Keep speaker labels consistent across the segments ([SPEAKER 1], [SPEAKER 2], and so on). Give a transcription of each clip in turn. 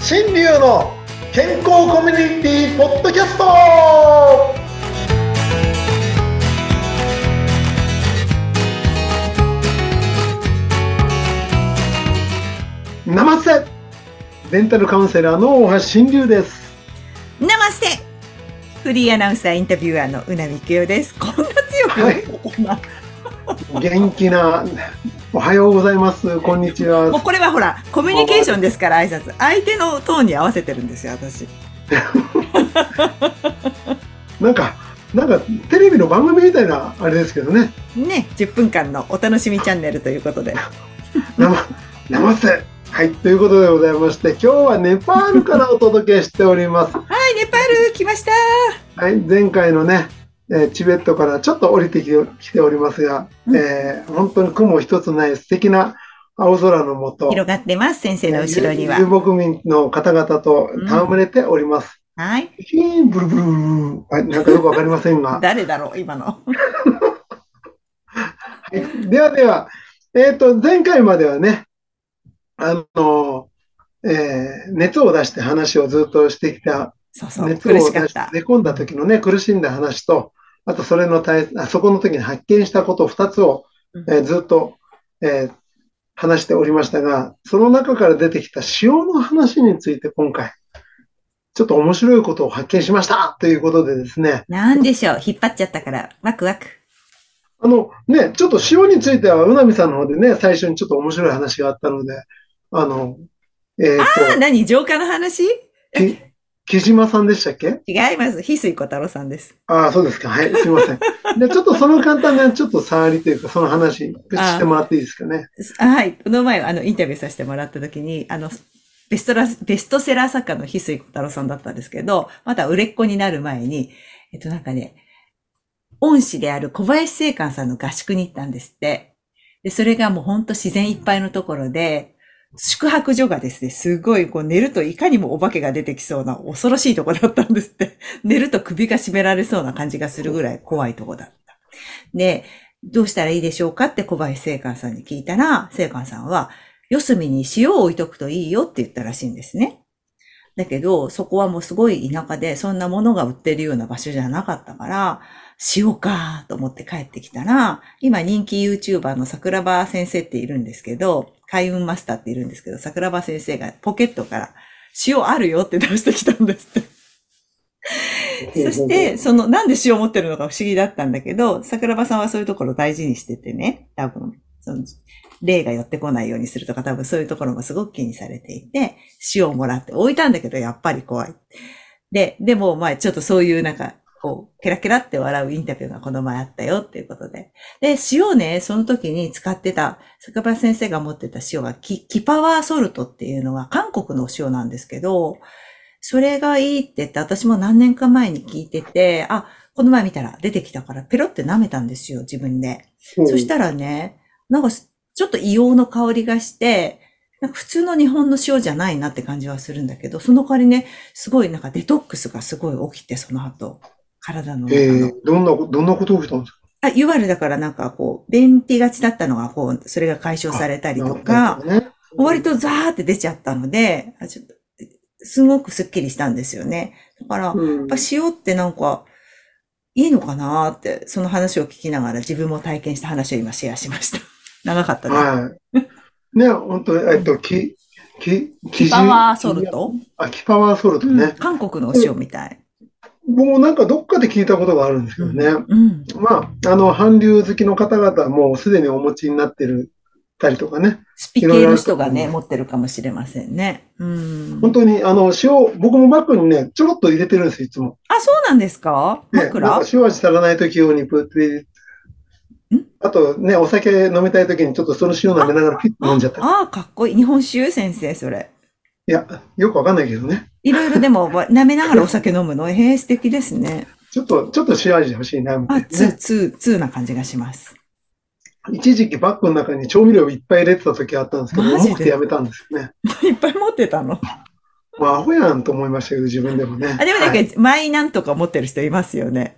[SPEAKER 1] 新流の健康コミュニティポッドキャストはナマステデンタルカウンセラーの大橋新流です
[SPEAKER 2] ナマステフリーアナウンサーインタビュアーのうなみきよです。こんな強く
[SPEAKER 1] はい
[SPEAKER 2] 今
[SPEAKER 1] 元気なおはようございますこんにち
[SPEAKER 2] もう
[SPEAKER 1] は
[SPEAKER 2] これはほら、コミュニケーションですから挨拶。相手のトーンに合わせてるんですよ、私。
[SPEAKER 1] なんかなんかテレビの番組みたいなあれですけどね
[SPEAKER 2] ね、10分間のお楽しみチャンネルということで。
[SPEAKER 1] 生生瀬はいということでございまして今日はネパールからお届けしております
[SPEAKER 2] はい、ネパール来ました
[SPEAKER 1] はい前回のね、えーチベットからちょっと降りてきてきておりますが、
[SPEAKER 2] うん
[SPEAKER 1] えー本当に雲一つない素敵な青空の下
[SPEAKER 2] 広がってます、先生の後ろには
[SPEAKER 1] 遊。牧民の方々と戯れております、
[SPEAKER 2] はい。
[SPEAKER 1] ヒーンブルブルブルブルはいなんかよくわかりませ んが、は
[SPEAKER 2] 誰だろう、今の。
[SPEAKER 1] い、ではではえっ、と前回まではねあのーえー熱を出して話をずっとしてきた
[SPEAKER 2] そうそう、
[SPEAKER 1] 熱を
[SPEAKER 2] 苦しか
[SPEAKER 1] 出し
[SPEAKER 2] っ
[SPEAKER 1] て
[SPEAKER 2] た。
[SPEAKER 1] 寝込んだ時のね、苦しんだ話と、あとそれの対あそこの時に発見したこと2つを、
[SPEAKER 2] うん
[SPEAKER 1] えーずっと、えー話しておりましたが、その中から出てきた塩の話について今回、ちょっと面白いことを発見しましたということでですね、
[SPEAKER 2] なんでしょう、引っ張っちゃったから、ワクワク。
[SPEAKER 1] あのね、ちょっと塩については、うなみさんの方でね、最初にちょっと面白い話があったので、あの、えっ、
[SPEAKER 2] あ、何浄化の話
[SPEAKER 1] と、き木島さんでしたっけ
[SPEAKER 2] 違います。翡翠小太郎さんです。
[SPEAKER 1] ああ、そうですか。はい、すいま せん。で、ちょっとその簡単な、ちょっと触りというか、その話、してもらっていいですかね。
[SPEAKER 2] あはい。この前、あの、インタビューさせてもらった時に、あの、ベストラ、ベストセラー作家の翡翠小太郎さんだったんですけど、まだ売れっ子になる前に、えっと、なんかね、恩師である小林聖寛さんの合宿に行ったんですって。で、それがもうほんと自然いっぱいのところで、宿泊所がですね、すごい、こう寝るといかにもお化けが出てきそうな恐ろしいとこだったんですって。寝ると首が絞められそうな感じがするぐらい怖いとこだった。で、どうしたらいいでしょうかって小林聖寛さんに聞いたら、聖寛さんは、四隅に塩を置いとくといいよって言ったらしいんですね。だけど、そこはもうすごい田舎で、そんなものが売ってるような場所じゃなかったから、塩かと思って帰ってきたら、今人気 YouTuber の桜庭先生っているんですけど、開運マスターっているんですけど、桜庭先生がポケットから塩あるよって出してきたんですって。そして、その、なんで塩を持ってるのか不思議だったんだけど、桜庭さんはそういうところを大事にしててね、多分、その、霊が寄ってこないようにするとか、多分そういうところもすごく気にされていて、塩をもらって置いたんだけど、やっぱり怖い。で、でも、まあ、ちょっとそういうなんか、こう、ケラケラって笑うインタビューがこの前あったよっていうことで。で、塩をね、その時に使ってた、桜庭先生が持ってた塩がキ、キパワーソルトっていうのが韓国のお塩なんですけど、それがいいって言って、私も何年か前に聞いてて、あ、この前見たら出てきたから、ペロって舐めたんですよ、自分で。
[SPEAKER 1] そ
[SPEAKER 2] そし、たらね、なんかすちょっと硫黄の香りがして、なんか普通の日本の塩じゃないなって感じはするんだけど、その代わりね、すごいなんかデトックスがすごい起きて、その後、体の
[SPEAKER 1] え
[SPEAKER 2] 中の
[SPEAKER 1] ー、どんな、どんなことをしたんですか
[SPEAKER 2] あ、いわゆるだからなんかこう、便秘がちだったのがこう、それが解消されたりとか、
[SPEAKER 1] ね、
[SPEAKER 2] 割とザーって出ちゃったので、あちょっとすごくスッキリしたんですよね。だから、やっ
[SPEAKER 1] うん、
[SPEAKER 2] ぱ塩ってなんか、いいのかなーって、その話を聞きながら自分も体験した話を今シェアしました。 長かったね。
[SPEAKER 1] はい。ね、本当えっと、き、き、き
[SPEAKER 2] キパワーソルト、
[SPEAKER 1] あ、キパワーソルト
[SPEAKER 2] うん
[SPEAKER 1] ね。
[SPEAKER 2] 韓国のお塩みたい。
[SPEAKER 1] 僕もなんかどっかで聞いたことがあるんですけどね。
[SPEAKER 2] うん。
[SPEAKER 1] まあ、あの、韓流好きの方々はもうすでにお持ちになってるたりとかね。
[SPEAKER 2] スピ系の人が
[SPEAKER 1] いろいろあると思い
[SPEAKER 2] ね、
[SPEAKER 1] ます
[SPEAKER 2] 持ってるかもしれませんね。うん。
[SPEAKER 1] 本当に、あの、塩、僕もバッグにね、ちょろっと入れてるんですよ、いつも。
[SPEAKER 2] あ、そうなんですか
[SPEAKER 1] ね、なん
[SPEAKER 2] 枕
[SPEAKER 1] か塩味足らない時用にプッて
[SPEAKER 2] ん
[SPEAKER 1] あとね、お酒飲みたい時にちょっとその塩舐めながらピッと飲んじゃったり。
[SPEAKER 2] ああ、かっこいい。日本酒先生、それ。
[SPEAKER 1] いや、よくわかんないけどね。
[SPEAKER 2] いろいろ でも、わ舐めながらお酒飲むの。へえ、素敵ですね。
[SPEAKER 1] ちょっと、ちょっと塩味欲しいな、みたい
[SPEAKER 2] あ、
[SPEAKER 1] な
[SPEAKER 2] ツー、
[SPEAKER 1] ね。
[SPEAKER 2] ツー、ツーな感じがします。
[SPEAKER 1] 一時期バッグの中に調味料いっぱい入れてた時あったんですけど、
[SPEAKER 2] マジで
[SPEAKER 1] 重くてやめたんですよね。
[SPEAKER 2] いっぱい持ってたの。
[SPEAKER 1] まあ、アホやんと思いましたけど、自分でもね。
[SPEAKER 2] あ、でもな
[SPEAKER 1] は
[SPEAKER 2] ん
[SPEAKER 1] い
[SPEAKER 2] か、マイなんとか持ってる人いますよね。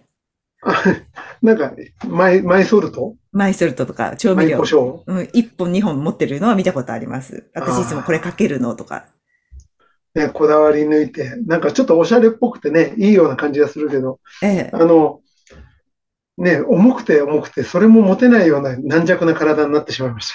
[SPEAKER 1] なんか、マイ、マイソルト
[SPEAKER 2] マイソルトとか、調
[SPEAKER 1] マ
[SPEAKER 2] 味
[SPEAKER 1] イ
[SPEAKER 2] 料
[SPEAKER 1] 胡。椒
[SPEAKER 2] うん、一本二本持ってるのは見たことあります。
[SPEAKER 1] あー
[SPEAKER 2] 私いつもこれかけるのとか。
[SPEAKER 1] ね、こだわり抜いて、なんかちょっとおしゃれっぽくてね、いいような感じがするけど、
[SPEAKER 2] ええ
[SPEAKER 1] あの、ね、重くて重くて、それも持てないような軟弱な体になってしまいま した。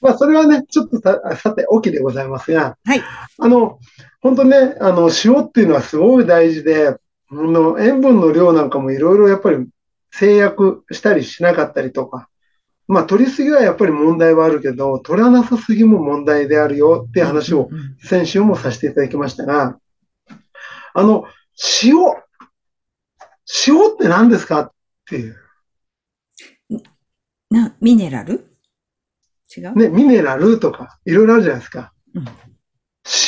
[SPEAKER 1] まあ、それはね、ちょっとさ、さて、おきでございますが、
[SPEAKER 2] はい
[SPEAKER 1] あの、本当ね、あの、塩っていうのはすごい大事で、あの塩分の量なんかもいろいろやっぱり制約したりしなかったりとか、まあ、取りすぎはやっぱり問題はあるけど、取らなさすぎも問題であるよっていう話を
[SPEAKER 2] うんうん
[SPEAKER 1] 先週もさせていただきましたが、あの、塩、塩って何ですかっていう。
[SPEAKER 2] な、ミネラル違う、
[SPEAKER 1] ね、ミネラルとか、いろいろあるじゃないですか
[SPEAKER 2] うん。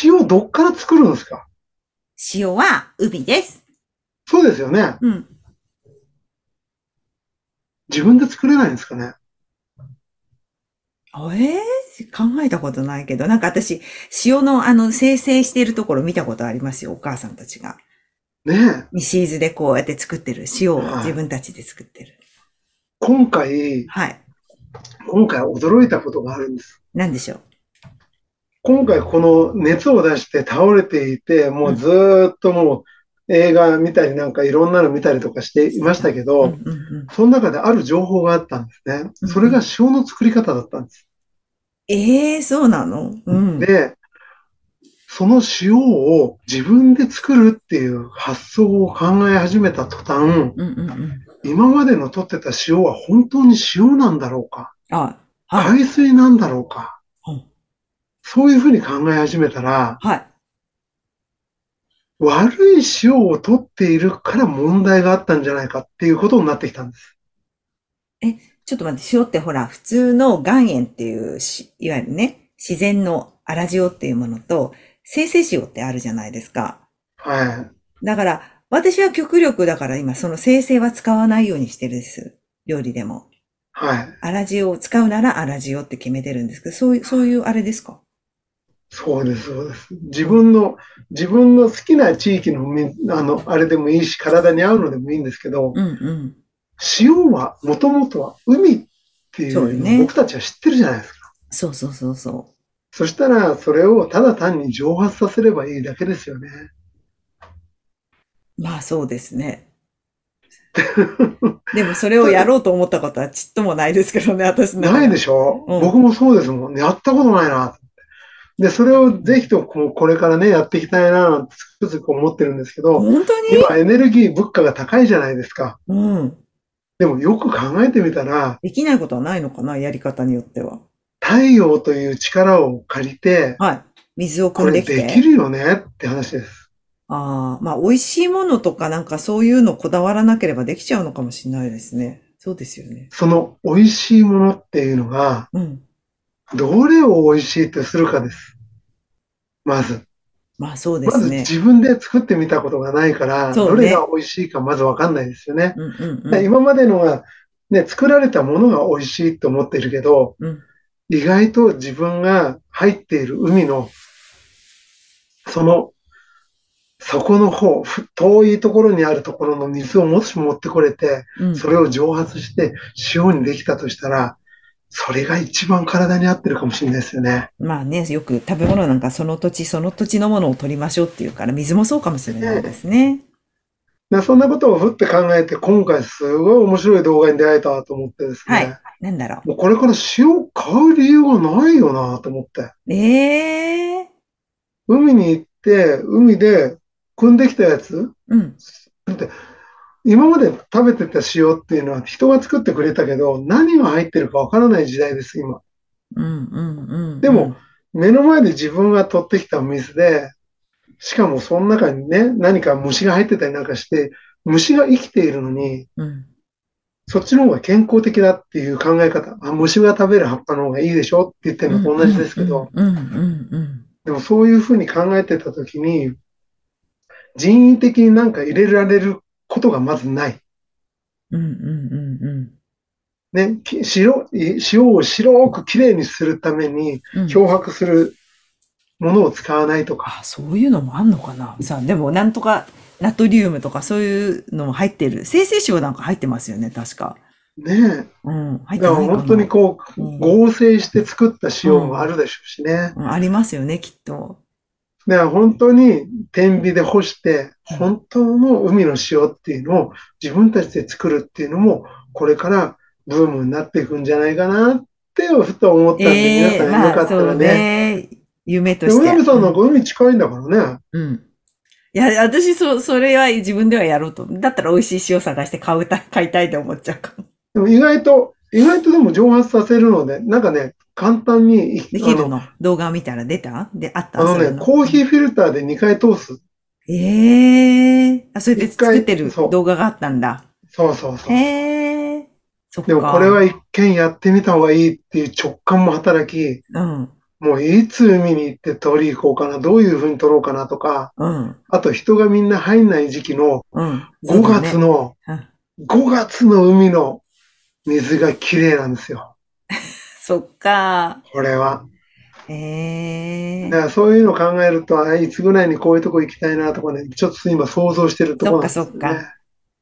[SPEAKER 1] 塩どっから作るんですか
[SPEAKER 2] 塩は海です。
[SPEAKER 1] そうですよね。
[SPEAKER 2] うん。
[SPEAKER 1] 自分で作れないんですかね。
[SPEAKER 2] あえー考えたことないけど、なんか私、塩のあの、生成しているところ見たことありますよ、お母さんたちが。
[SPEAKER 1] ねえ
[SPEAKER 2] 西伊豆でこうやって作ってる。塩を
[SPEAKER 1] はい
[SPEAKER 2] 自分たちで作ってる。
[SPEAKER 1] 今回、
[SPEAKER 2] はい。
[SPEAKER 1] 今回驚いたことがあるんです。
[SPEAKER 2] なんでしょう。
[SPEAKER 1] 今回この熱を出して倒れていて、もうずーっともう映画見たりなんかいろんなの見たりとかしていましたけ
[SPEAKER 2] うん
[SPEAKER 1] ど、
[SPEAKER 2] うんうん、
[SPEAKER 1] その中である情報があったんですね。それが塩の作り方だったんです。
[SPEAKER 2] ええそうなのうん。
[SPEAKER 1] で、その塩を自分で作るっていう発想を考え始めた途端、
[SPEAKER 2] うんうんうん。
[SPEAKER 1] 今までの取ってた塩は本当に塩なんだろうか
[SPEAKER 2] あ、はい。
[SPEAKER 1] 海水なんだろうか
[SPEAKER 2] うん
[SPEAKER 1] そういうふうに考え始めたら、
[SPEAKER 2] はい。
[SPEAKER 1] 悪い塩を取っているから問題があったんじゃないかっていうことになってきたんです。
[SPEAKER 2] ちょっと待って、塩ってほら、普通の岩塩っていうし、いわゆるね、自然の粗塩っていうものと、生成塩ってあるじゃないですか。
[SPEAKER 1] はい。
[SPEAKER 2] だから、私は極力だから今、その生成は使わないようにしてるんです。料理でも。
[SPEAKER 1] はい。
[SPEAKER 2] 粗塩を使うなら粗塩って決めてるんですけど、そういう、そういうあれですか
[SPEAKER 1] そうです、そうです。自分の、自分の好きな地域のみ、あの、あれでもいいし、体に合うのでもいいんですけど、
[SPEAKER 2] うんうん。
[SPEAKER 1] 塩は、もともとは海ってい
[SPEAKER 2] そうよ
[SPEAKER 1] う
[SPEAKER 2] ね
[SPEAKER 1] のを僕たちは知ってるじゃないですか。
[SPEAKER 2] そうそうそうそ
[SPEAKER 1] そしたら、それをただ単に蒸発させればいいだけですよね。
[SPEAKER 2] う。まあそうですね。でもそれをやろうと思ったことはちっともないですけどね、私の中
[SPEAKER 1] ないでしょ、
[SPEAKER 2] うん
[SPEAKER 1] 僕もそうですもん。やったことないな。で、それをぜひとこうこれからね、やっていきたいな、なんてつくづく思ってるんですけど、
[SPEAKER 2] 本当に
[SPEAKER 1] 今エネルギー、物価が高いじゃないですか。
[SPEAKER 2] うん。
[SPEAKER 1] でもよく考えてみたら、
[SPEAKER 2] できないことはないのかなやり方によっては。
[SPEAKER 1] 太陽という力を借りて、
[SPEAKER 2] はい。水を
[SPEAKER 1] こ
[SPEAKER 2] 汲
[SPEAKER 1] れ
[SPEAKER 2] んでき
[SPEAKER 1] でき
[SPEAKER 2] て。
[SPEAKER 1] るよねって話です。
[SPEAKER 2] ああ、まあ、美味しいものとかなんかそういうのこだわらなければできちゃうのかもしれないですね。そうですよね。
[SPEAKER 1] その美味しいものっていうのが、
[SPEAKER 2] うん。
[SPEAKER 1] どれを美味しいとするかです。まず。
[SPEAKER 2] まあ、そうで
[SPEAKER 1] ますず
[SPEAKER 2] ね。
[SPEAKER 1] 自分で作ってみたことがないから、
[SPEAKER 2] そう
[SPEAKER 1] ど
[SPEAKER 2] ね
[SPEAKER 1] れが美味しいかまずわかんないですよね。
[SPEAKER 2] うんうん
[SPEAKER 1] だから
[SPEAKER 2] うん。
[SPEAKER 1] 今までのが、ね、作られたものが美味しいと思ってるけど、
[SPEAKER 2] うん
[SPEAKER 1] 意外と自分が入っている海の、その、底の方、ふ遠いところにあるところの水をもし持ってこれて、
[SPEAKER 2] うん、
[SPEAKER 1] それを蒸発して塩にできたとしたら、それが一番体に合ってるかもしれないですよね。
[SPEAKER 2] まあね、よく食べ物なんかその土地その土地のものを取りましょうっていうから、水もそうかもしれないですね。
[SPEAKER 1] なそんなことをふって考えて、今回すごい面白い動画に出会えたと思ってですね、
[SPEAKER 2] はいなんだろ
[SPEAKER 1] もうこれから塩を買う理由がないよなと思って、
[SPEAKER 2] う。ええ
[SPEAKER 1] 海に行って、海で汲んできたやつ、
[SPEAKER 2] うん。
[SPEAKER 1] 今まで食べてた塩っていうのは人が作ってくれたけど、何が入ってるかわからない時代です、今。
[SPEAKER 2] うんうんうん。
[SPEAKER 1] でも、目の前で自分が取ってきた水で、しかもその中にね、何か虫が入ってたりなんかして、虫が生きているのに、
[SPEAKER 2] うん。
[SPEAKER 1] そっちの方が健康的だっていう考え方。あ、虫が食べる葉っぱの方がいいでしょって言ってるのと同じですけど、
[SPEAKER 2] うんうんうん
[SPEAKER 1] でもそういうふうに考えてた時に、人為的になんか入れられることがまずない。
[SPEAKER 2] うん。うんうんうんうん
[SPEAKER 1] ね、き白い塩を白くきれいにするために
[SPEAKER 2] うん。
[SPEAKER 1] 漂白するものを使わないとか、
[SPEAKER 2] あ、そういうのもあんのかなさあ、でも、なんとか、ナトリウムとかそういうのも入ってる。生成塩なんか入ってますよね、確か。
[SPEAKER 1] ね
[SPEAKER 2] うん。
[SPEAKER 1] え。
[SPEAKER 2] 入っ
[SPEAKER 1] だ
[SPEAKER 2] て
[SPEAKER 1] か
[SPEAKER 2] な
[SPEAKER 1] ら
[SPEAKER 2] いかな
[SPEAKER 1] 本当にこう、
[SPEAKER 2] うん
[SPEAKER 1] 合成して作った塩もあるでしょうしね。
[SPEAKER 2] うんありますよね、きっと。
[SPEAKER 1] だから本当に天日で干して、
[SPEAKER 2] うん
[SPEAKER 1] 本当の海の塩っていうのを自分たちで作るっていうのも、これからブームになっていくんじゃないかなって、ふと思ったんで、皆
[SPEAKER 2] ええ
[SPEAKER 1] さん
[SPEAKER 2] ま
[SPEAKER 1] よか
[SPEAKER 2] あ、
[SPEAKER 1] った
[SPEAKER 2] そ
[SPEAKER 1] ら
[SPEAKER 2] う
[SPEAKER 1] ね。
[SPEAKER 2] ね。夢と
[SPEAKER 1] で
[SPEAKER 2] し
[SPEAKER 1] も、
[SPEAKER 2] て。
[SPEAKER 1] 海さんなんか海近いんだからね。
[SPEAKER 2] うん。いや、私、そ、それは自分ではやろうと。だったら美味しい塩探して買うた、買いたいと思っちゃうかも。
[SPEAKER 1] でも意外と、意外とでも蒸発させるので、なんかね、簡単に、
[SPEAKER 2] で
[SPEAKER 1] あ
[SPEAKER 2] きる
[SPEAKER 1] の、
[SPEAKER 2] の動画を見たら出たで、あった
[SPEAKER 1] あの
[SPEAKER 2] そういう
[SPEAKER 1] ね、コーヒ
[SPEAKER 2] ー。
[SPEAKER 1] ーフィルターで2回通す。
[SPEAKER 2] ええあ、それで
[SPEAKER 1] 一回
[SPEAKER 2] 作ってる
[SPEAKER 1] そう
[SPEAKER 2] 動画があったんだ。
[SPEAKER 1] そうそうそう。
[SPEAKER 2] へえそっか。
[SPEAKER 1] でもこれは一見やってみた方がいいっていう直感も働き、
[SPEAKER 2] うん、
[SPEAKER 1] もういつ海に行って取り行こうかな、どういう風に取ろうかなとか、
[SPEAKER 2] うん、
[SPEAKER 1] あと人がみんな入んない時期の
[SPEAKER 2] うん。
[SPEAKER 1] 5月の、
[SPEAKER 2] そうだね。うん
[SPEAKER 1] 5月の海の水が綺麗なんですよ。
[SPEAKER 2] そっか。
[SPEAKER 1] これは。
[SPEAKER 2] ええ
[SPEAKER 1] だからそういうの考えると、あいつぐらいにこういうとこ行きたいなとかね、ちょっと今想像してるところなんですよね
[SPEAKER 2] そっかそっか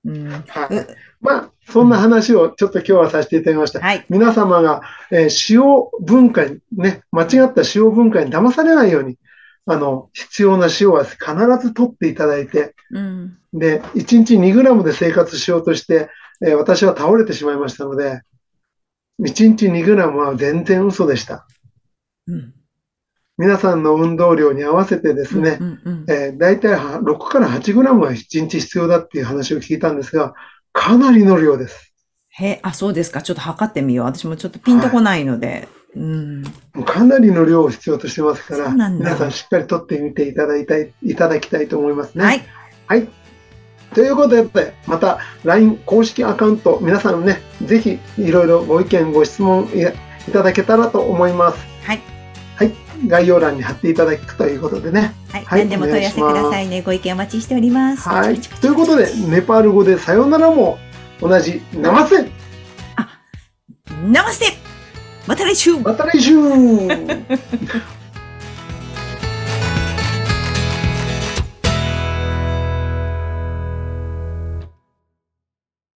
[SPEAKER 2] うん。
[SPEAKER 1] はいまあ、そんな話をちょっと今日はさせていただきました。
[SPEAKER 2] はい。
[SPEAKER 1] 皆様が、えー塩文化にね、間違った塩文化に騙されないように、あの、必要な塩は必ず取っていただいて、
[SPEAKER 2] うん。
[SPEAKER 1] で、1日2グラムで生活しようとして、えー私は倒れてしまいましたので、1日2グラムは全然嘘でした。
[SPEAKER 2] うん。
[SPEAKER 1] 皆さんの運動量に合わせてですね、
[SPEAKER 2] うんうん。
[SPEAKER 1] えー大体は6から8グラムは1日必要だっていう話を聞いたんですが、かなりの量です。
[SPEAKER 2] へあ、そうですか。ちょっと測ってみよう。私もちょっとピンとこないので。うん。
[SPEAKER 1] もうかなりの量を必要としてますから、
[SPEAKER 2] そうなんだ
[SPEAKER 1] 皆さんしっかり取ってみていただいたい、いただきたいと思いますね。
[SPEAKER 2] はい。
[SPEAKER 1] はい。ということで、また LINE 公式アカウント、皆さんね、ぜひいろいろご意見、ご質問いいただけたらと思います。
[SPEAKER 2] はい。
[SPEAKER 1] はい。概要欄に貼っていただくということでね。
[SPEAKER 2] はい。
[SPEAKER 1] はい
[SPEAKER 2] 何でも問い合わせくださいね。ご意見お待ちしております。
[SPEAKER 1] はい。ということで、ネパール語でさよならも同じ、ナマステ
[SPEAKER 2] ナマステまた来週
[SPEAKER 1] また来週お